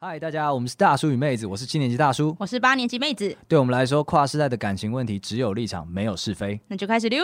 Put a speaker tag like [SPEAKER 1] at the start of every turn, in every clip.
[SPEAKER 1] 嗨，大家，我们是大叔与妹子，我是七年级大叔。
[SPEAKER 2] 我是八年级妹子，
[SPEAKER 1] 对我们来说，跨世代的感情问题只有立场，没有是非。
[SPEAKER 2] 那就开始溜。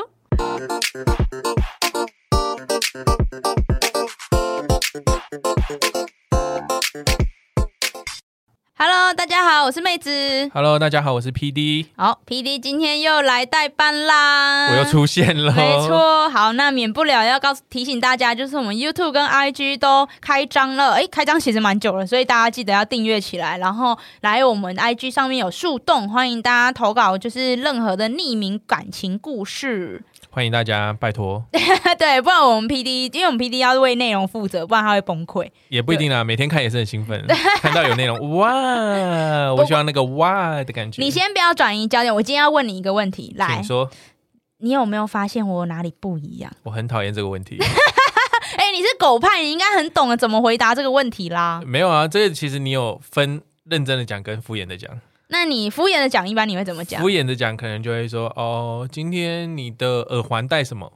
[SPEAKER 2] Hello，大家好，我是妹子。
[SPEAKER 3] Hello，大家好，我是 PD，、
[SPEAKER 2] 好，P D 今天又来代班啦，
[SPEAKER 3] 我又出现了，
[SPEAKER 2] 嗯没，错，好，那免不了要告诉提醒大家，就是我们 YouTube 跟 IG 都开张了，诶，开张其实蛮久了，所以大家记得要订阅起来，然后来我们 IG 上面有树洞，欢迎大家投稿，就是任何的匿名感情故事。
[SPEAKER 3] 欢迎大家，拜托，
[SPEAKER 2] 对，不然我们 PD，因为我们 PD 要为内容负责，不然他会崩溃。
[SPEAKER 3] 也不一定啦，每天看也是很 兴奋，看到有内容，哇，我喜欢那个哇的感觉。
[SPEAKER 2] 你先不要转移焦点，我今天要问你一个问题，来
[SPEAKER 3] 请，说，
[SPEAKER 2] 你有没有发现我哪里不一样？
[SPEAKER 3] 我很讨厌这个问题。
[SPEAKER 2] 诶，你是狗派，你应该很懂得怎么回答这个问题啦。
[SPEAKER 3] 没有啊，这个其实你有分认真的讲跟敷衍的讲，
[SPEAKER 2] 那你敷衍的讲，一般你会怎么讲
[SPEAKER 3] 敷？衍的讲可能就会说，哦，今天你的耳环戴什么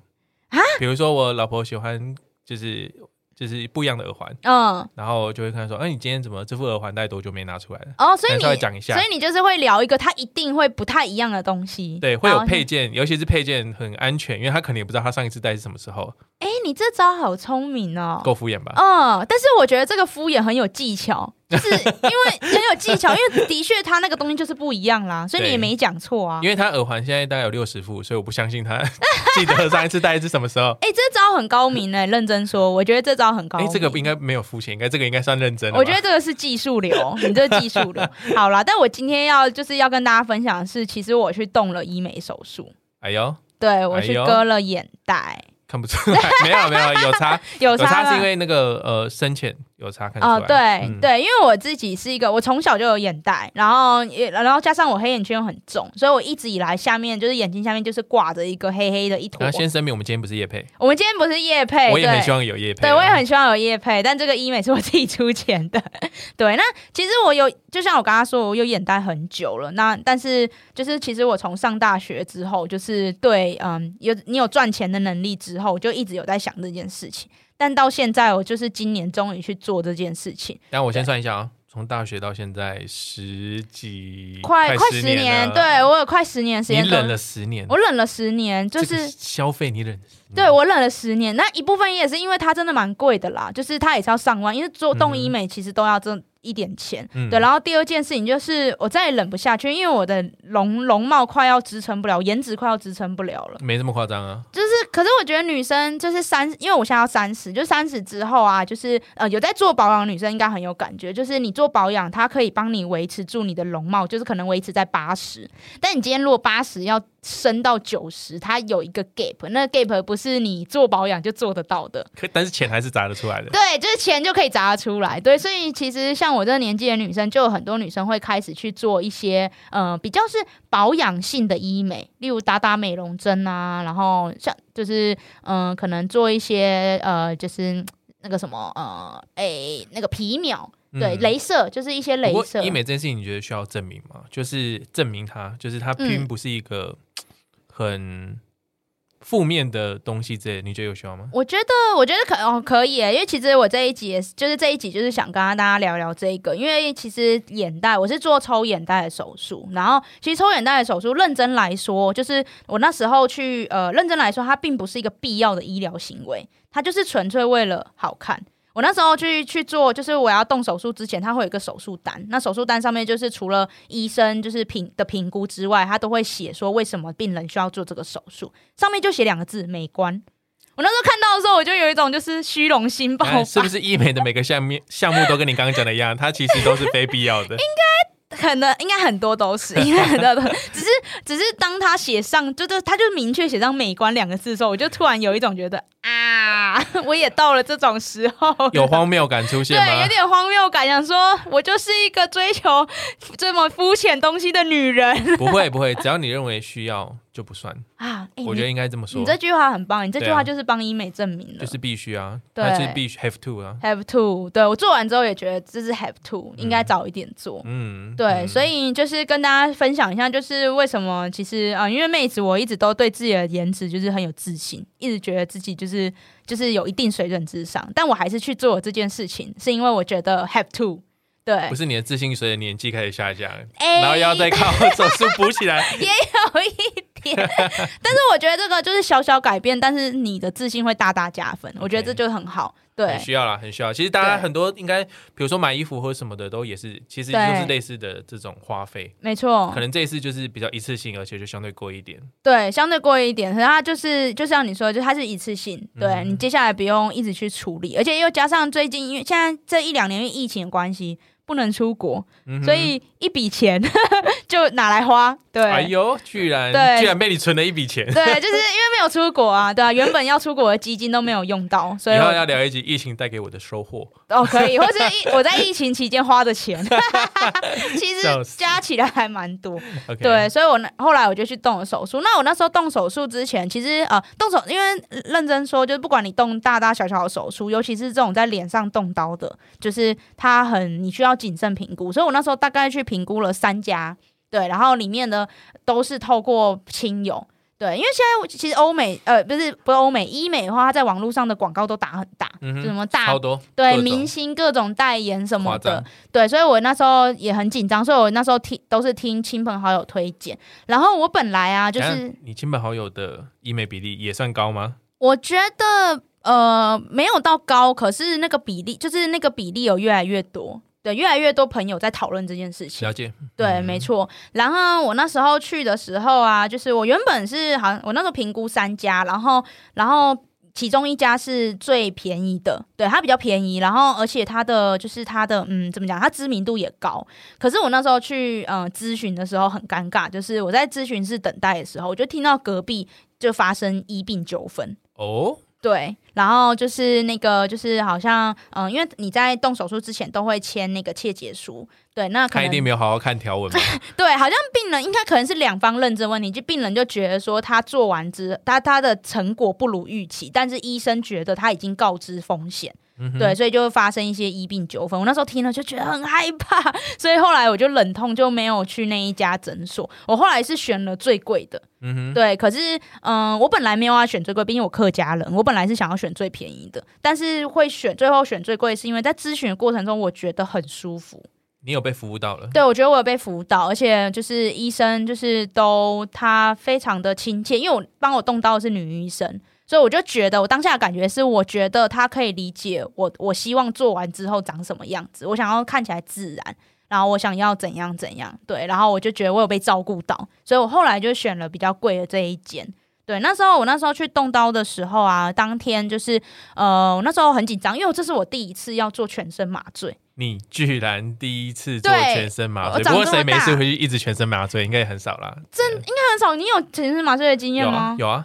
[SPEAKER 2] 啊？
[SPEAKER 3] 比如说我老婆喜欢就是就是不一样的耳环，
[SPEAKER 2] 嗯。
[SPEAKER 3] 然后我就会看她说，哎、你今天怎么这副耳环戴多久没拿出来了？
[SPEAKER 2] 哦，所以
[SPEAKER 3] 来
[SPEAKER 2] 你
[SPEAKER 3] 稍微讲一下
[SPEAKER 2] 所以你就是会聊一个它一定会不太一样的东西。
[SPEAKER 3] 对，会有
[SPEAKER 2] 然后
[SPEAKER 3] 配件，尤其是配件很安全，因为他可能也不知道他上一次戴是什么时候，
[SPEAKER 2] 哎、你这招好聪明哦。
[SPEAKER 3] 够敷衍吧？
[SPEAKER 2] 嗯，但是我觉得这个敷衍很有技巧，就是 因为很有技巧，因为的确它那个东西就是不一样啦，所以你也
[SPEAKER 3] 对
[SPEAKER 2] 没讲错啊
[SPEAKER 3] 因。为他耳环现在大概有六十副，所以我不相信他 记得上一次戴是什么时候。
[SPEAKER 2] 哎、这招很高明哎、认真说，我觉得这招很高
[SPEAKER 3] 哎、
[SPEAKER 2] 明。
[SPEAKER 3] 这个应该没有肤浅，应该这个应该算认真的吧。
[SPEAKER 2] 我觉得这个是技术流，你这技术 流。好啦，但我今天要就是要跟大家分享的是，其实我去动了医美手术，
[SPEAKER 3] 哎呦，
[SPEAKER 2] 对我
[SPEAKER 3] 哎
[SPEAKER 2] 去
[SPEAKER 3] 呦
[SPEAKER 2] 割了眼袋，
[SPEAKER 3] 看不出来，没有没有有差，
[SPEAKER 2] 有
[SPEAKER 3] 有
[SPEAKER 2] 差
[SPEAKER 3] 差
[SPEAKER 2] 吗
[SPEAKER 3] 是因为那个呃深浅有差看得出来。
[SPEAKER 2] 哦，对、
[SPEAKER 3] 嗯，
[SPEAKER 2] 对，因为我自己是一个，我从小就有眼袋，然后也然后加上我黑眼圈又很重，所以我一直以来下面就是眼睛下面就是挂着一个黑黑的一坨
[SPEAKER 3] 然。后先声明，我们今天不是叶配，
[SPEAKER 2] 我们今天不是夜配，
[SPEAKER 3] 我也
[SPEAKER 2] 哎对
[SPEAKER 3] 很希望有叶配啊。
[SPEAKER 2] 对，我也很希望有夜配，但这个医美是我自己出钱的。 对，那其实我有，就像我刚刚说，我有眼袋很久了。那但是就是，其实我从上大学之后，就是对，嗯，有你有赚钱的能力之后，我就一直有在想这件事情。但到现在，我就是今年终于去做这件事情，
[SPEAKER 3] 但我先算一下啊，从大学到现在十几，
[SPEAKER 2] 快快
[SPEAKER 3] 十
[SPEAKER 2] 十年，
[SPEAKER 3] 了嗯
[SPEAKER 2] 对，我有快十年的时
[SPEAKER 3] 你
[SPEAKER 2] 间都，
[SPEAKER 3] 忍了十年，
[SPEAKER 2] 我忍了十年，就
[SPEAKER 3] 这个
[SPEAKER 2] 是
[SPEAKER 3] 消费你忍了十年，
[SPEAKER 2] 对我忍了十年，那一部分也是因为它真的蛮贵的啦，就是它也是要上万，因为做动医美其实都要这一点钱。
[SPEAKER 3] 嗯
[SPEAKER 2] 对，然后第二件事情就是我再也忍不下去，因为我的容容貌快要支撑不了，颜值快要支撑不了了。
[SPEAKER 3] 没这么夸张啊。
[SPEAKER 2] 就是，可是我觉得女生就是三，因为我现在要三十，就三十之后啊，就是呃有在做保养，的女生应该很有感觉。就是你做保养，它可以帮你维持住你的容貌，就是可能维持在八十。但你今天如果八十要升到九十，它有一个 gap，那个 gap 不是你做保养就做得到的。
[SPEAKER 3] 可但是钱还是砸得出来的。
[SPEAKER 2] 对，就是钱就可以砸得出来。对，所以其实像我这个年纪的女生，就有很多女生会开始去做一些呃比较是保养性的医美，例如打打美容针啊，然后像就是嗯、呃可能做一些呃就是那个什么呃诶、那个皮秒，对，
[SPEAKER 3] 嗯
[SPEAKER 2] 镭、射就是一些
[SPEAKER 3] 不
[SPEAKER 2] 镭
[SPEAKER 3] 过
[SPEAKER 2] 射
[SPEAKER 3] 医美这件事情，你觉得需要证明吗？就是证明它，就是它
[SPEAKER 2] 嗯
[SPEAKER 3] 并不是一个很负面的东西之类的，你觉得有需要吗？
[SPEAKER 2] 我觉得，我觉得可哦可以耶，因为其实我这一集也是，就是这一集就是想跟大家聊聊这一个，因为其实眼袋我是做抽眼袋的手术，然后其实抽眼袋的手术，认真来说，就是我那时候去呃，认真来说，它并不是一个必要的医疗行为，它就是纯粹为了好看。我那时候去去做，就是我要动手术之前，它会有一个手术单。那手术单上面就是除了医生就是评的评估之外，他都会写说为什么病人需要做这个手术，上面就写两个字“美观”。我那时候看到的时候，我就有一种就是虚荣心爆发，
[SPEAKER 3] 哎是不是医美的每个 项面项目都跟你刚刚讲的一样，它其实都是非必要的？
[SPEAKER 2] 可能应该很多都 是，应该很多都是只是只是当他写上，就就他就明确写上“美观”两个字的时候，我就突然有一种觉得啊， 我也到了这种时候了，
[SPEAKER 3] 有荒谬感出现
[SPEAKER 2] 对，有
[SPEAKER 3] 吗？
[SPEAKER 2] 点荒谬感，想说我就是一个追求这么肤浅东西的女 人
[SPEAKER 3] 不会不会，只要你认为需要就不算。
[SPEAKER 2] 啊！哎
[SPEAKER 3] 我觉得应该这么
[SPEAKER 2] 你
[SPEAKER 3] 说
[SPEAKER 2] 你，这句话很棒，你这句
[SPEAKER 3] 对
[SPEAKER 2] 话
[SPEAKER 3] 啊
[SPEAKER 2] 就是帮医美证明了，
[SPEAKER 3] 就是必须啊，
[SPEAKER 2] 对
[SPEAKER 3] 它是必须 have to 啊。
[SPEAKER 2] have to 对。我做完之后也觉得这是 have to，应该早一点做。
[SPEAKER 3] 嗯，
[SPEAKER 2] 对，
[SPEAKER 3] 嗯
[SPEAKER 2] 所以就是跟大家分享一下，就是为什么其实啊、呃因为妹子我一直都对自己的颜值就是很有自信，一直觉得自己就是就是有一定水准之上，但我还是去做这件事情，是因为我觉得 have to。对
[SPEAKER 3] 不，是你的自信随着年纪开始下降，
[SPEAKER 2] 哎
[SPEAKER 3] 然后要再靠手术补起来。
[SPEAKER 2] 也有一点， 但是我觉得这个就是小小改变，但是你的自信会大大加分，我觉得这就很好。 对
[SPEAKER 3] 很，需要啦，很需要。其实大家
[SPEAKER 2] 对
[SPEAKER 3] 很多应该，比如说买衣服或什么的，都也是，其实
[SPEAKER 2] 对
[SPEAKER 3] 就是类似的这种花费。
[SPEAKER 2] 没错，
[SPEAKER 3] 可能这一次就是比较一次性，而且就相对贵一点。
[SPEAKER 2] 对，相对贵一点，可是它就是就像你说的，就是它是一次性，对、
[SPEAKER 3] 嗯
[SPEAKER 2] 你接下来不用一直去处理，而且又加上最近因为现在这一两年因为疫情的关系不能出国，
[SPEAKER 3] 嗯哼
[SPEAKER 2] 所以一笔钱 就拿来花，对。
[SPEAKER 3] 哎呦，居然
[SPEAKER 2] 对
[SPEAKER 3] 居然被你存了一笔钱。
[SPEAKER 2] 对，就是因为没有出国啊，对啊，原本要出国的基金都没有用到，所以
[SPEAKER 3] 以后
[SPEAKER 2] 我
[SPEAKER 3] 要聊一集疫情带给我的收获。
[SPEAKER 2] 哦可以，或是疫我在疫情期间花的钱， 其
[SPEAKER 3] 笑
[SPEAKER 2] 实
[SPEAKER 3] 死
[SPEAKER 2] 加起来还蛮多。
[SPEAKER 3] OK，
[SPEAKER 2] 对，所以我那后来我就去动了手术。那我那时候动手术之前，其实呃，动手因为呃认真说，就是不管你动大大小小的手术，尤其是这种在脸上动刀的，就是它很你需要谨慎评估。所以我那时候大概去评估了三家，对，然后里面呢都是透过亲友。对，因为现在我其实欧美呃不是不是欧美医美的话，它在网络上的广告都打很大，
[SPEAKER 3] 嗯哼
[SPEAKER 2] 就什么大
[SPEAKER 3] 超多各
[SPEAKER 2] 对
[SPEAKER 3] 种
[SPEAKER 2] 明星各种代言什么
[SPEAKER 3] 夸
[SPEAKER 2] 的
[SPEAKER 3] 张，，
[SPEAKER 2] 对，所以我那时候也很紧张，所以我那时候听都是听亲朋好友推荐。然后我本来啊，就
[SPEAKER 3] 等一
[SPEAKER 2] 是
[SPEAKER 3] 下你亲朋好友的医美比例也算高吗？
[SPEAKER 2] 我觉得呃没有到高，可是那个比例就是那个比例有越来越多，对，越来越多朋友在讨论这件事情
[SPEAKER 3] 了。解，
[SPEAKER 2] 对，
[SPEAKER 3] 嗯
[SPEAKER 2] 没错。然后我那时候去的时候啊，就是我原本是好像我那时候评估三家，然后然后其中一家是最便宜的，对，它比较便宜，然后而且它的就是它的嗯怎么讲，它知名度也高。可是我那时候去嗯咨询的时候很尴尬，就是我在咨询室等待的时候，我就听到隔壁就发生医病纠纷，
[SPEAKER 3] 哦，
[SPEAKER 2] 对，然后就是那个，就是好像，嗯、因为你在动手术之前都会签那个切结书，对，那可
[SPEAKER 3] 他一
[SPEAKER 2] 能
[SPEAKER 3] 定没有好好看条 文嘛。
[SPEAKER 2] 对，好像病人应该可能是两方认知问题，就病人就觉得说他做完之他他的成果不如预期，但是医生觉得他已经告知风险，
[SPEAKER 3] 嗯哼
[SPEAKER 2] 对，所以就会发生一些医病纠纷。我那时候听了就觉得很害怕，所以后来我就忍痛就没有去那一家诊所，我后来是选了最贵的，
[SPEAKER 3] 嗯哼，
[SPEAKER 2] 对，可是嗯、我本来没有要选最贵，毕竟我客家人，我本来是想要选最便宜的，但是会选最后选最贵，是因为在咨询的过程中我觉得很舒服。
[SPEAKER 3] 你有被服务到了。
[SPEAKER 2] 对，我觉得我有被辅导，而且就是医生就是都他非常的亲切，因为我帮我动刀的是女医生。所以我就觉得，我当下的感觉是，我觉得他可以理解我，我希望做完之后长什么样子，我想要看起来自然，然后我想要怎样怎样，对，然后我就觉得我有被照顾到，所以我后来就选了比较贵的这一间。对，那时候我那时候去动刀的时候啊，当天就是呃，我那时候很紧张，因为这是我第一次要做全身麻醉。
[SPEAKER 3] 你居然第一次做
[SPEAKER 2] 对
[SPEAKER 3] 全身麻
[SPEAKER 2] 我
[SPEAKER 3] 醉，
[SPEAKER 2] 长
[SPEAKER 3] 不过
[SPEAKER 2] 这么
[SPEAKER 3] 谁没事
[SPEAKER 2] 大
[SPEAKER 3] 会去一直全身麻醉？应该也很少啦。真
[SPEAKER 2] 那很少，你有全身麻醉的经验
[SPEAKER 3] 有
[SPEAKER 2] 吗哎
[SPEAKER 3] 啊？有啊，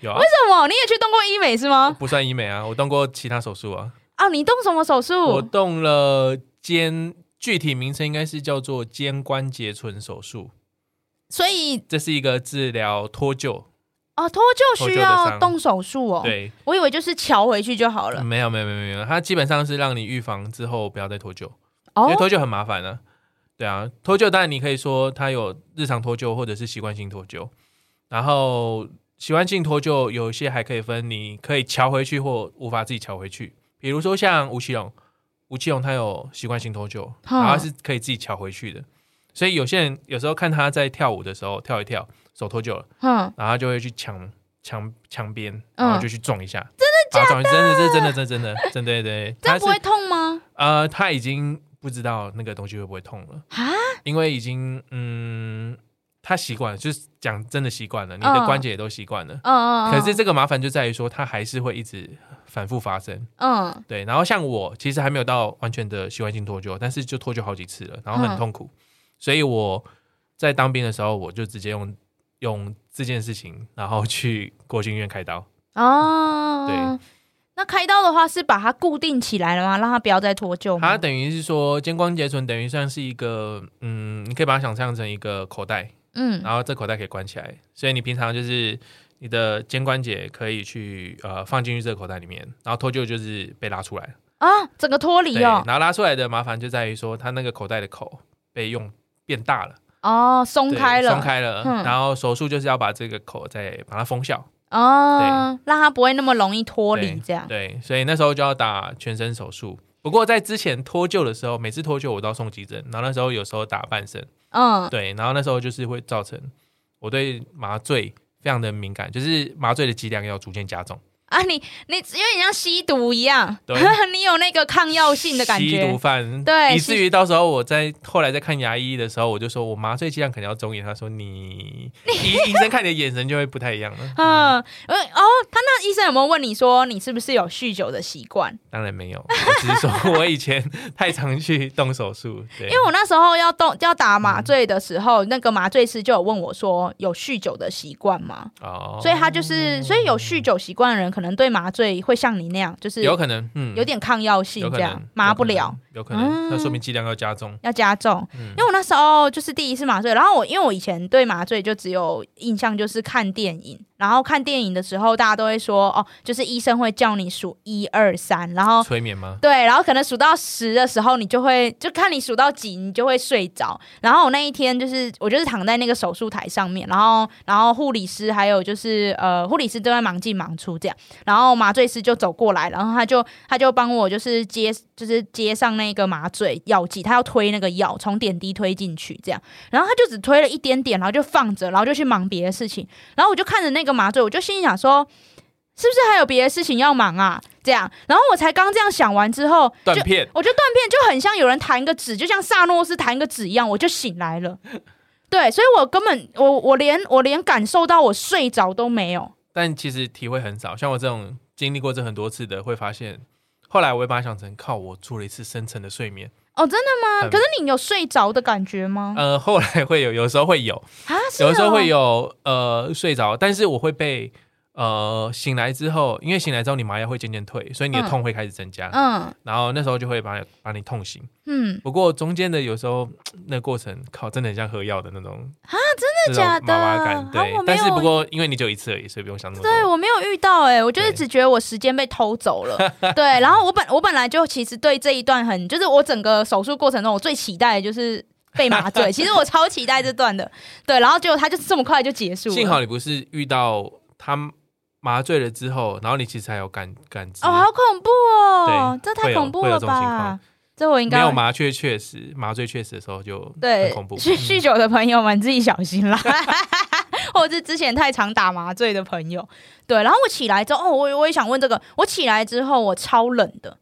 [SPEAKER 3] 有啊，
[SPEAKER 2] 为什么？哦你也去动过医美是吗？
[SPEAKER 3] 不算医美啊，我动过其他手术啊，
[SPEAKER 2] 啊，你动什么手
[SPEAKER 3] 我
[SPEAKER 2] 术？
[SPEAKER 3] 动了肩，具体名称应该是叫做肩关节唇手术，
[SPEAKER 2] 所以
[SPEAKER 3] 这是一个治疗脱臼。
[SPEAKER 2] 啊，脱臼需
[SPEAKER 3] 脱臼的
[SPEAKER 2] 要
[SPEAKER 3] 伤
[SPEAKER 2] 动手术哦。
[SPEAKER 3] 对，
[SPEAKER 2] 我以为就是瞧回去就好了。
[SPEAKER 3] 没有没有没有没有，它基本上是让你预防之后不要再脱臼，嗯因为
[SPEAKER 2] 哦
[SPEAKER 3] 脱臼很麻烦啊。对啊，脱臼当然你可以说它有日常脱臼或者是习惯性脱臼，然后习惯性脱臼有一些还可以分，你可以瞧回去或无法自己瞧回去，比如说像吴奇隆，吴奇隆他有习惯性脱臼，
[SPEAKER 2] 哼
[SPEAKER 3] 然后他是可以自己瞧回去的，所以有些人有时候看他在跳舞的时候跳一跳手脱臼了，
[SPEAKER 2] 哼，
[SPEAKER 3] 然后他就会去抢抢墙边，
[SPEAKER 2] 嗯
[SPEAKER 3] 然后就去撞一下，真的假的？真的，这是真的，这是真的，真的对对，
[SPEAKER 2] 这样
[SPEAKER 3] 他
[SPEAKER 2] 不
[SPEAKER 3] 是
[SPEAKER 2] 会痛吗？
[SPEAKER 3] 呃，他已经不知道那个东西会不会痛了，
[SPEAKER 2] 啊，
[SPEAKER 3] 因为已经嗯，他习惯了，就是讲真的习惯了，你
[SPEAKER 2] 嗯
[SPEAKER 3] 的关节也都习惯了。
[SPEAKER 2] 嗯嗯，嗯
[SPEAKER 3] 可是这个麻烦就在于说，它还是会一直反复发生。
[SPEAKER 2] 嗯
[SPEAKER 3] 对，然后像我其实还没有到完全的习惯性脱臼，但是就脱臼好几次了，然后很
[SPEAKER 2] 嗯
[SPEAKER 3] 痛苦，所以我在当兵的时候，我就直接用用这件事情，然后去国军医院开刀。
[SPEAKER 2] 哦，
[SPEAKER 3] 对。
[SPEAKER 2] 那开刀的话是把它固定起来了吗？让它不要再脱臼
[SPEAKER 3] 它
[SPEAKER 2] 吗？
[SPEAKER 3] 等于是说肩关节唇等于算是一个，嗯，你可以把它想象成一个口袋，
[SPEAKER 2] 嗯
[SPEAKER 3] 然后这口袋可以关起来，所以你平常就是你的肩关节可以去呃放进去这个口袋里面，然后脱臼就是被拉出来，
[SPEAKER 2] 啊，整个脱
[SPEAKER 3] 对，
[SPEAKER 2] 离
[SPEAKER 3] 然
[SPEAKER 2] 哦，
[SPEAKER 3] 后拉出来的麻烦就在于说它那个口袋的口被用变大了。
[SPEAKER 2] 哦，松
[SPEAKER 3] 对
[SPEAKER 2] 开了，
[SPEAKER 3] 松开了。
[SPEAKER 2] 嗯
[SPEAKER 3] 然后手术就是要把这个口再把它封校，
[SPEAKER 2] 哦，让它不会那么容易脱离这样。
[SPEAKER 3] 对，所以那时候就要打全身手术。不过在之前脱臼的时候，每次脱臼我都要送急诊，然后那时候有时候打半身，
[SPEAKER 2] 嗯，
[SPEAKER 3] 对，然后那时候就是会造成我对麻醉非常的敏感，就是麻醉的剂量要逐渐加重。
[SPEAKER 2] 啊，你你有点像吸毒一样
[SPEAKER 3] 对，
[SPEAKER 2] 你有那个抗药性的感
[SPEAKER 3] 吸毒
[SPEAKER 2] 觉，
[SPEAKER 3] 犯，
[SPEAKER 2] 对
[SPEAKER 3] 以
[SPEAKER 2] 吸
[SPEAKER 3] 至于到时候我在后来在看牙医的时候，我就说我麻醉剂量可能要中一点。他说你，医医生看你的眼神就会不太一样了。
[SPEAKER 2] 嗯，呃哦，他那医生有没有问你说你是不是有酗酒的习惯？
[SPEAKER 3] 当然 没有，我只是说我以前太常去动手术，对，
[SPEAKER 2] 因为我那时候要动要打麻醉的时候，那个麻醉师就有问我说有酗酒的习惯吗？
[SPEAKER 3] 哦，
[SPEAKER 2] 所以他就是，所以有酗酒习惯的人，可能对麻醉会像你那样，就是
[SPEAKER 3] 有可能，嗯，
[SPEAKER 2] 有点抗药性
[SPEAKER 3] 有可
[SPEAKER 2] 这样
[SPEAKER 3] 能，
[SPEAKER 2] 麻不了。，
[SPEAKER 3] 有可能有可能，那
[SPEAKER 2] 嗯
[SPEAKER 3] 说明剂量要加重。
[SPEAKER 2] 要加重，
[SPEAKER 3] 嗯
[SPEAKER 2] 因为我那时候就是第一次麻醉，然后我因为我以前对麻醉就只有印象就是看电影，然后看电影的时候大家都会说哦，就是医生会叫你数一二三，然后
[SPEAKER 3] 催眠吗？
[SPEAKER 2] 对，然后可能数到十的时候，你就会就看你数到几，你就会睡着。然后我那一天就是我就是躺在那个手术台上面，然后然后护理师还有就是呃护理师都在忙进忙出这样，然后麻醉师就走过来，然后他就他就帮我就是接就是接上那个麻醉药剂，他要推那个药从点滴推进去这样，然后他就只推了一点点，然后就放着，然后就去忙别的事情，然后我就看着那个麻醉，我就心里想说。是不是还有别的事情要忙啊？这样，然后我才刚这样想完之后，就
[SPEAKER 3] 断片，
[SPEAKER 2] 我觉得断片就很像有人弹个指，就像萨诺斯弹个指一样，我就醒来了。对，所以我根本我我连我连感受到我睡着都没有。
[SPEAKER 3] 但其实体会很少。像我这种经历过这很多次的，会发现，后来我会把它想成，靠，我做了一次深层的睡眠。
[SPEAKER 2] 哦，真的吗？
[SPEAKER 3] 嗯
[SPEAKER 2] 可是你有睡着的感觉吗？
[SPEAKER 3] 呃，后来会有，有时候会有，
[SPEAKER 2] 啊，是哦
[SPEAKER 3] 呃有的时候会
[SPEAKER 2] 有
[SPEAKER 3] 有呃睡着，但是我会被呃醒来之后，因为醒来之后你麻药会渐渐退，所以你的
[SPEAKER 2] 嗯
[SPEAKER 3] 痛会开始增加，
[SPEAKER 2] 嗯
[SPEAKER 3] 然后那时候就会把你把你痛醒。
[SPEAKER 2] 嗯，
[SPEAKER 3] 不过中间的有时候那过程，靠，真的很像喝药的那种啊，真
[SPEAKER 2] 假的
[SPEAKER 3] 麻麻感，对
[SPEAKER 2] 啊我。没
[SPEAKER 3] 但是
[SPEAKER 2] 有
[SPEAKER 3] 不过因为你只有一次而已，所以不用想那么
[SPEAKER 2] 对
[SPEAKER 3] 多。
[SPEAKER 2] 我没有遇到哎、我就是
[SPEAKER 3] 对
[SPEAKER 2] 只觉得我时间被偷走 了。对，然后我本我本来就其实对这一段很，就是我整个手术过程中我最期待的就是被麻 醉，其实我超期待这段的。对，然后结果他就这么快就结束了。
[SPEAKER 3] 幸好你不是遇到他麻醉了之后，然后你其实还有感感知。
[SPEAKER 2] 哦，好恐怖哦！这
[SPEAKER 3] 对
[SPEAKER 2] 太恐怖
[SPEAKER 3] 会有
[SPEAKER 2] 了
[SPEAKER 3] 会有这种情况
[SPEAKER 2] 吧？这我应
[SPEAKER 3] 没
[SPEAKER 2] 该
[SPEAKER 3] 有麻雀确实，麻醉确实的时候就很
[SPEAKER 2] 对
[SPEAKER 3] 恐怖。
[SPEAKER 2] 酗
[SPEAKER 3] 嗯
[SPEAKER 2] 酗酒的朋友们自己小心啦， 或者是之前太常打麻醉的朋友。对，然后我起来之后，哦，我我也想问这个，我起来之后我超冷的。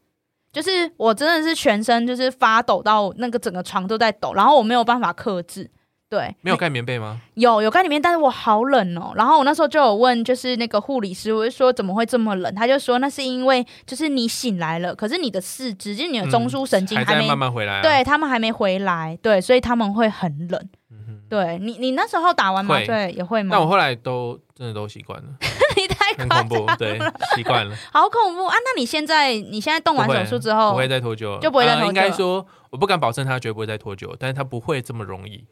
[SPEAKER 2] 就是我真的是全身就是发抖到那个整个床都在抖，然后我没有办法克制，对，
[SPEAKER 3] 没有盖棉被吗？
[SPEAKER 2] 有有盖里面，但是我好冷哦。然后我那时候就有问，就是那个护理师，我就说怎么会这么冷？他就说那是因为就是你醒来了，可是你的四肢，就是你的中枢神经
[SPEAKER 3] 还
[SPEAKER 2] 还
[SPEAKER 3] 在
[SPEAKER 2] 没、
[SPEAKER 3] 慢慢回来啊。
[SPEAKER 2] 对他们还没回来，对，所以他们会很冷。
[SPEAKER 3] 嗯哼
[SPEAKER 2] 对你，你那时候打完麻
[SPEAKER 3] 会
[SPEAKER 2] 醉也会
[SPEAKER 3] 但我
[SPEAKER 2] 吗？
[SPEAKER 3] 后来都真的都习惯了，
[SPEAKER 2] 你太
[SPEAKER 3] 很
[SPEAKER 2] 夸
[SPEAKER 3] 恐
[SPEAKER 2] 张
[SPEAKER 3] 怖，对，习 惯了。
[SPEAKER 2] 好恐怖啊！那你现在你现在动完
[SPEAKER 3] 不
[SPEAKER 2] 手
[SPEAKER 3] 会啊
[SPEAKER 2] 术之
[SPEAKER 3] 不
[SPEAKER 2] 后
[SPEAKER 3] 会，再脱臼了，
[SPEAKER 2] 就不会再脱臼
[SPEAKER 3] 呃
[SPEAKER 2] 了
[SPEAKER 3] 应该说，我不敢保证它绝不会再脱臼，但是它不会这么容易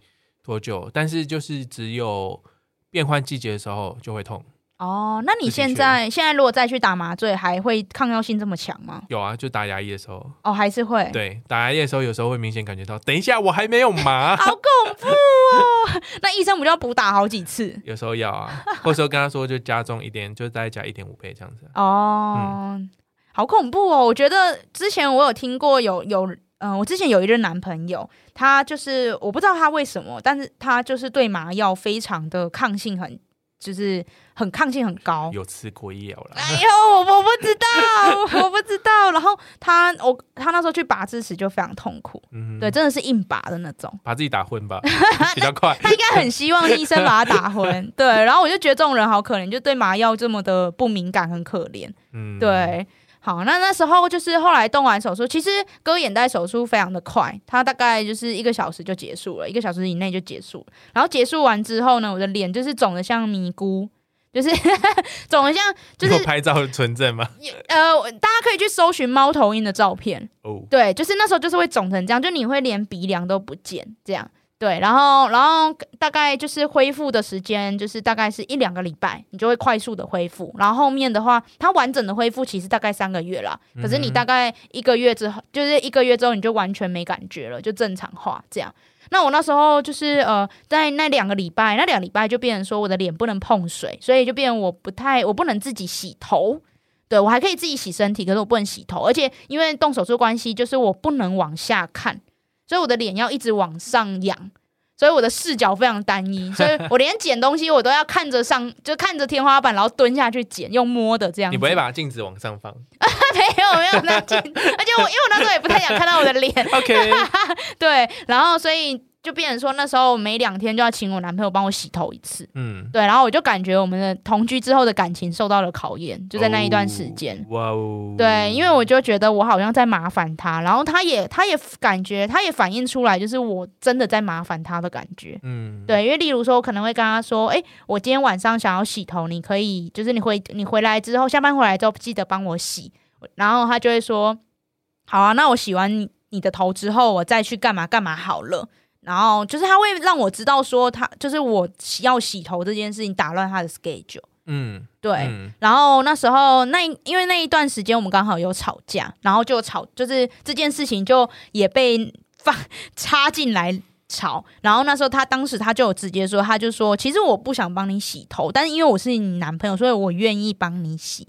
[SPEAKER 3] 脱臼，但是就是只有变换季节的时候就会痛。
[SPEAKER 2] 哦，那你
[SPEAKER 3] 自己
[SPEAKER 2] 现
[SPEAKER 3] 去
[SPEAKER 2] 在现在如果再去打麻醉，还会抗药性这么强吗？
[SPEAKER 3] 有啊，就打牙医的时候，
[SPEAKER 2] 哦，还是会。
[SPEAKER 3] 对，打牙医的时候有时候会明显感觉到，等一下我还没有 麻，
[SPEAKER 2] 好恐怖哦！ 那医生不就要补打好几次？
[SPEAKER 3] 有时候要啊，或者说跟他说就加重一点，就再加一点五倍这样子。啊
[SPEAKER 2] 哦，好恐怖哦！我觉得之前我有听过有有。嗯，我之前有一任男朋友，他就是我不知道他为什么，但是他就是对麻药非常的抗性很，就是很抗性很高。
[SPEAKER 3] 有吃过药 啦，
[SPEAKER 2] 哎呦，我我不知道，我不知道。然后他我他那时候去拔智齿就非常痛苦，
[SPEAKER 3] 嗯，
[SPEAKER 2] 对，，真的是硬拔的那种。
[SPEAKER 3] 把自己打 昏吧，比较快。
[SPEAKER 2] 他应该很希望医生把他打 昏，对。然后我就觉得这种人好可怜，就对麻药这么的不敏感，很可怜。
[SPEAKER 3] 嗯，，
[SPEAKER 2] 对，好，那那时候就是后来动完手术，其实割眼袋手术非常的快，它大概就是一个小时就结束了，一个小时以内就结束了。然后结束完之后呢，我的脸就是肿的像尼姑，就是 肿的像就
[SPEAKER 3] 有
[SPEAKER 2] 是
[SPEAKER 3] 拍照存证吗？
[SPEAKER 2] 呃，我大家可以去搜寻猫头鹰的照片，
[SPEAKER 3] 哦，
[SPEAKER 2] 对，就是那时候就是会肿成这样，就你会连鼻梁都不见这样。对，然后，然后大概就是恢复的时间，就是大概是一两个礼拜，你就会快速的恢复。然后后面的话，它完整的恢复其实大概三个月啦。可是你
[SPEAKER 3] 嗯
[SPEAKER 2] 大概一个月之后，就是一个月之后你就完全没感觉了，就正常化这样。那我那时候就是呃，在那两个礼拜，那两个礼拜就变成说我的脸不能碰水，所以就变成我不太，我不能自己洗头。对我还可以自己洗身体，可是我不能洗头，而且因为动手术关系，就是我不能往下看，所以我的脸要一直往上仰，所以我的视角非常单一，所以我连捡东西我都要看着上，就看着天花板，然后蹲下去捡，用摸的这样子。
[SPEAKER 3] 你不会把镜子往上放
[SPEAKER 2] 没有没有那镜，而且我因为我那时候也不太想看到我的脸，
[SPEAKER 3] ？OK，
[SPEAKER 2] 对，然后所以就变成说那时候每两天就要请我男朋友帮我洗头一次。
[SPEAKER 3] 嗯，
[SPEAKER 2] 对，然后我就感觉我们的同居之后的感情受到了考验， 就在那一段时间。
[SPEAKER 3] 哦哇哦，
[SPEAKER 2] 对，因为我就觉得我好像在麻烦他，然后他也他也感觉他也反映出来，就是我真的在麻烦他的感觉。
[SPEAKER 3] 嗯，
[SPEAKER 2] 对，因为例如说，我可能会跟他说：“哎、我今天晚上想要洗头，你可以，就是你回你回来之后，下班回来之后记得帮我洗。”然后他就会说：“好啊，那我洗完你你的头之后，我再去干嘛干嘛好了。”然后就是他会让我知道说他就是我洗要洗头这件事情打乱他的 schedule。
[SPEAKER 3] 嗯，
[SPEAKER 2] 对，
[SPEAKER 3] 嗯
[SPEAKER 2] 然后那时候那因为那一段时间我们刚好有吵架，然后就吵，就是这件事情就也被放插进来吵。然后那时候他当时他就有直接说，他就说其实我不想帮你洗头，但是因为我是你男朋友，所以我愿意帮你洗。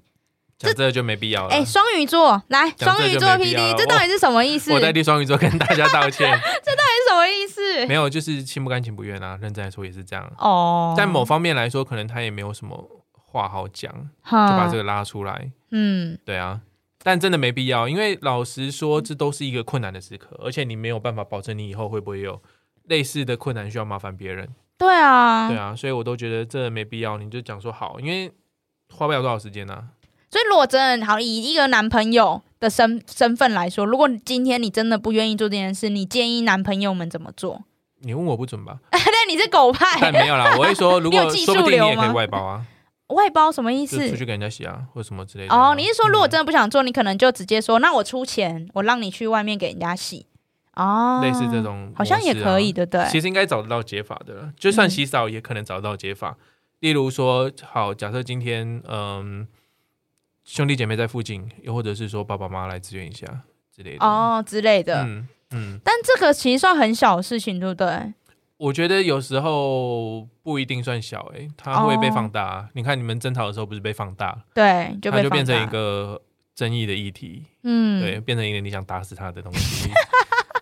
[SPEAKER 3] 讲这个就没必要了。
[SPEAKER 2] 哎，双鱼座来，
[SPEAKER 3] 讲
[SPEAKER 2] 双
[SPEAKER 3] 这
[SPEAKER 2] 鱼
[SPEAKER 3] 就
[SPEAKER 2] 座
[SPEAKER 3] 没必要
[SPEAKER 2] PD，
[SPEAKER 3] 了
[SPEAKER 2] 这到底是什么意思？
[SPEAKER 3] 我
[SPEAKER 2] 这
[SPEAKER 3] 代
[SPEAKER 2] 到底
[SPEAKER 3] 替双鱼座跟大家道 歉，
[SPEAKER 2] 是什么意思？
[SPEAKER 3] 没有，就是心不甘情不愿啊。认真来说也是这样，
[SPEAKER 2] 哦，
[SPEAKER 3] 在某方面来说，可能他也没有什么话好讲，就
[SPEAKER 2] 就
[SPEAKER 3] 把这个拉出来。
[SPEAKER 2] 嗯
[SPEAKER 3] 对啊，但真的没必要，因为老实说，这都是一个困难的时刻，而且你没有办法保证你以后会不会有类似的困难需要麻烦别人。
[SPEAKER 2] 对啊，
[SPEAKER 3] 对啊，所以我都觉得这没必要，你就讲说好，因为花不了多少时间呐、啊。
[SPEAKER 2] 所以，如果真的好以一个男朋友的身身份来说，如果今天你真的不愿意做这件事，你建议男朋友们怎么做？
[SPEAKER 3] 你问我不 准吧？
[SPEAKER 2] 但你是狗派，
[SPEAKER 3] 但 没有啦，我会说，如
[SPEAKER 2] 你
[SPEAKER 3] 果
[SPEAKER 2] 有技术
[SPEAKER 3] 说不定你也
[SPEAKER 2] 流
[SPEAKER 3] 可以
[SPEAKER 2] 吗
[SPEAKER 3] 外包啊，
[SPEAKER 2] 外包什么意
[SPEAKER 3] 就
[SPEAKER 2] 思
[SPEAKER 3] 出？去给人家洗啊，或什么之类的啊。
[SPEAKER 2] 哦，你是说如果
[SPEAKER 3] 嗯
[SPEAKER 2] 真的不想做，你可能就直接说，那我出钱，我让你去外面给人家洗。哦，
[SPEAKER 3] 类似这，种、啊
[SPEAKER 2] 好像也可以，。对不对？
[SPEAKER 3] 其实应该找得到解法的了，就
[SPEAKER 2] 嗯
[SPEAKER 3] 算洗澡也可能找得到解法。例如说，好，假设今天嗯兄弟姐妹在附近，又或者是说爸爸妈妈来支援一下之类的。，
[SPEAKER 2] 哦之类的。
[SPEAKER 3] 嗯嗯，
[SPEAKER 2] 但这个其实算很小的事情，对不对？
[SPEAKER 3] 我觉得有时候不一定算小、欸，诶，它会被放大啊、你看你们争吵的时候不是被放大，
[SPEAKER 2] 对，哦就
[SPEAKER 3] 它
[SPEAKER 2] 被
[SPEAKER 3] 就
[SPEAKER 2] 放
[SPEAKER 3] 变成
[SPEAKER 2] 大
[SPEAKER 3] 一个争议的议题，
[SPEAKER 2] 嗯，
[SPEAKER 3] 对，变成一个你想打死他的东西。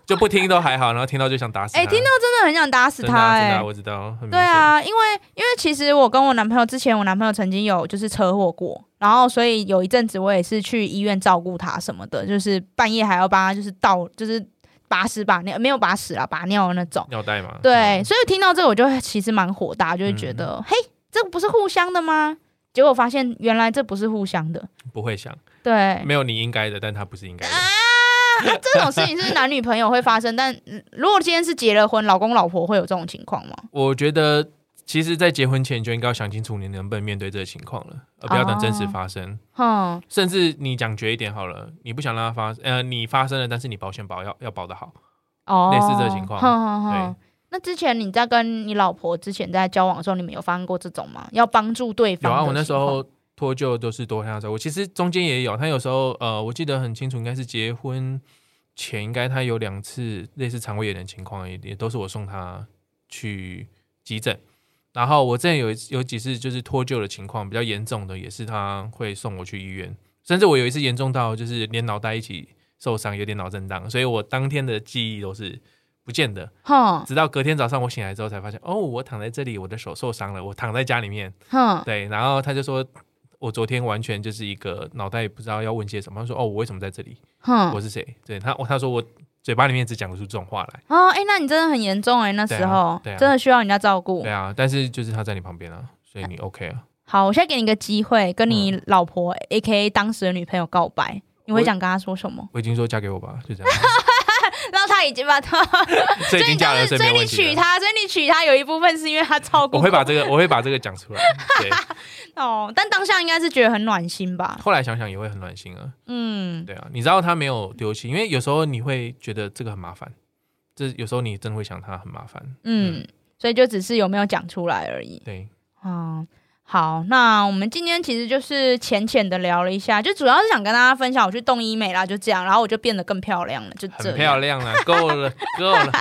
[SPEAKER 3] 就不听都还好，然后听到就想打死他。
[SPEAKER 2] 哎听
[SPEAKER 3] 到
[SPEAKER 2] 真的很想打死
[SPEAKER 3] 真的
[SPEAKER 2] 他
[SPEAKER 3] 啊、真
[SPEAKER 2] 哎、
[SPEAKER 3] 的啊、我知道。很明
[SPEAKER 2] 对
[SPEAKER 3] 显，
[SPEAKER 2] 啊，因为因为其实我跟我男朋友之前，我男朋友曾经有就是车祸过，然后所以有一阵子我也是去医院照顾他什么的，就是半夜还要帮他就是倒就是拔屎拔尿，没有拔屎啦，拔尿的那种。
[SPEAKER 3] 尿袋嘛。嗯
[SPEAKER 2] 对，所以听到这个我就其实蛮火大，就会觉得、嘿，这不是互相的吗？结果发现原来这不是互相的，
[SPEAKER 3] 嗯，不会想。
[SPEAKER 2] 对，
[SPEAKER 3] 没有你应该的，但他不是应该的。
[SPEAKER 2] 啊，这种事情是男女朋友会发生，但嗯如果今天是结了婚，老公老婆会有这种情况吗？
[SPEAKER 3] 我觉得，其实，在结婚前就应该要想清楚你能不能面对这个情况了，而不要等真
[SPEAKER 2] 哦
[SPEAKER 3] 实发生。
[SPEAKER 2] 哼，
[SPEAKER 3] 甚至你讲绝一点好了，你不想让它发，呃，你发生了，但是你保险保要要保得好。
[SPEAKER 2] 哦，
[SPEAKER 3] 类似这个情况
[SPEAKER 2] 哼哼哼
[SPEAKER 3] 哦
[SPEAKER 2] 那之前你在跟你老婆之前在交往的时候，你们有发生过这种吗？要帮助对
[SPEAKER 3] 有
[SPEAKER 2] 方的情况？
[SPEAKER 3] 啊，我那时候脱臼都是多看他照顾，其实中间也有，他有时候，呃，我记得很清楚，应该是结婚前，应该他有两次类似肠胃炎的情况，也也都是我送他去急诊。然后我之前有一有几次就是脱臼的情况比较严重的，也是他会送我去医院，甚至我有一次严重到就是连脑袋一起受伤，有点脑震荡，所以我当天的记忆都是不见的，
[SPEAKER 2] 哼
[SPEAKER 3] 直到隔天早上我醒来之后才发现，哦，我躺在这里，我的手受伤了，我躺在家里面。
[SPEAKER 2] 哼，
[SPEAKER 3] 对，然后他就说，我昨天完全就是一个脑袋不知道要问些什么。他说，哦，我为什么在这里？我
[SPEAKER 2] 哼，
[SPEAKER 3] 是谁？对他，他说我嘴巴里面只讲得出这种话来。
[SPEAKER 2] 哦，哎、那你真的很严重哎、那时候、
[SPEAKER 3] 对啊对啊
[SPEAKER 2] 真的需要人家照顾
[SPEAKER 3] 对。啊，但是就是他在你旁边啊，所以你 OK 啊？
[SPEAKER 2] 好，我现在给你一个机会，跟你老婆、A K A 当时的女朋友告白，你会
[SPEAKER 3] 嗯我
[SPEAKER 2] 想跟她说什么？
[SPEAKER 3] 我已经说嫁给我吧，就这样，
[SPEAKER 2] 然后她已经把她，
[SPEAKER 3] 所
[SPEAKER 2] 所
[SPEAKER 3] 以已
[SPEAKER 2] 以
[SPEAKER 3] 经
[SPEAKER 2] 你当
[SPEAKER 3] 嫁了，
[SPEAKER 2] 时
[SPEAKER 3] 所以
[SPEAKER 2] 所
[SPEAKER 3] 没
[SPEAKER 2] 以
[SPEAKER 3] 有问
[SPEAKER 2] 你
[SPEAKER 3] 题
[SPEAKER 2] 娶
[SPEAKER 3] 了。
[SPEAKER 2] 她，所以你娶她有一部分是因为她照顾
[SPEAKER 3] 我会把这个，我会把这个讲出来。对，
[SPEAKER 2] 哦，但当下应该是觉得很暖心吧？
[SPEAKER 3] 后来想想也会很暖心啊。
[SPEAKER 2] 嗯，
[SPEAKER 3] 对啊，你知道他没有丢弃，因为有时候你会觉得这个很麻烦，这有时候你真的会想他很麻烦。
[SPEAKER 2] 嗯，所以就只是有没有讲出来而已。
[SPEAKER 3] 对，
[SPEAKER 2] 嗯，好，那我们今天其实就是浅浅的聊了一下，就主要是想跟大家分享我去动医美啦，就这样，然后我就变得更漂亮了，就这
[SPEAKER 3] 很
[SPEAKER 2] 样。
[SPEAKER 3] 漂亮啊，够了，够了。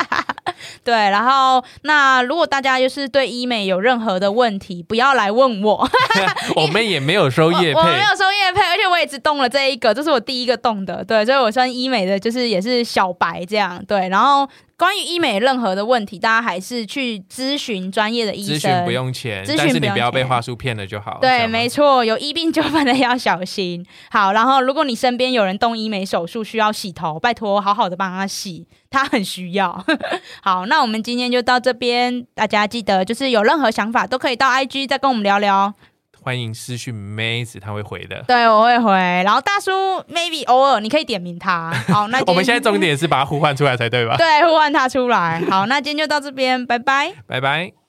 [SPEAKER 2] 对，然后那如果大家就是对医美有任何的问题，不要来问我，
[SPEAKER 3] 我们也没有收
[SPEAKER 2] 我我没
[SPEAKER 3] 业配，
[SPEAKER 2] 有收业配，而且我也只动了这一个，这是我第一个动的，对，所以我算医美的就是也是小白这样，对，然后。关于医美任何的问题，大家还是去咨询专业的医生。
[SPEAKER 3] 咨询不用钱
[SPEAKER 2] 咨询，
[SPEAKER 3] 但是你
[SPEAKER 2] 不用
[SPEAKER 3] 不要被
[SPEAKER 2] 钱
[SPEAKER 3] 话术骗了就好。
[SPEAKER 2] 对，没
[SPEAKER 3] 错。
[SPEAKER 2] 错，有医病纠纷的要小心。 好，然后如果你身边有人动医美手术需要洗头，拜托好好的帮他洗，他很需要。 好，那我们今天就到这边，大家记得就是有任何想法都可以到 IG 再跟我们聊聊，
[SPEAKER 3] 欢迎私讯妹子，她会回的。
[SPEAKER 2] 对我会回。然后大叔 maybe 偶尔你可以点名他。好，那今天
[SPEAKER 3] 我们现在重点是把它呼唤出来才对吧？
[SPEAKER 2] 对呼唤他出来。好，那今天就到这边，拜拜。
[SPEAKER 3] 拜拜。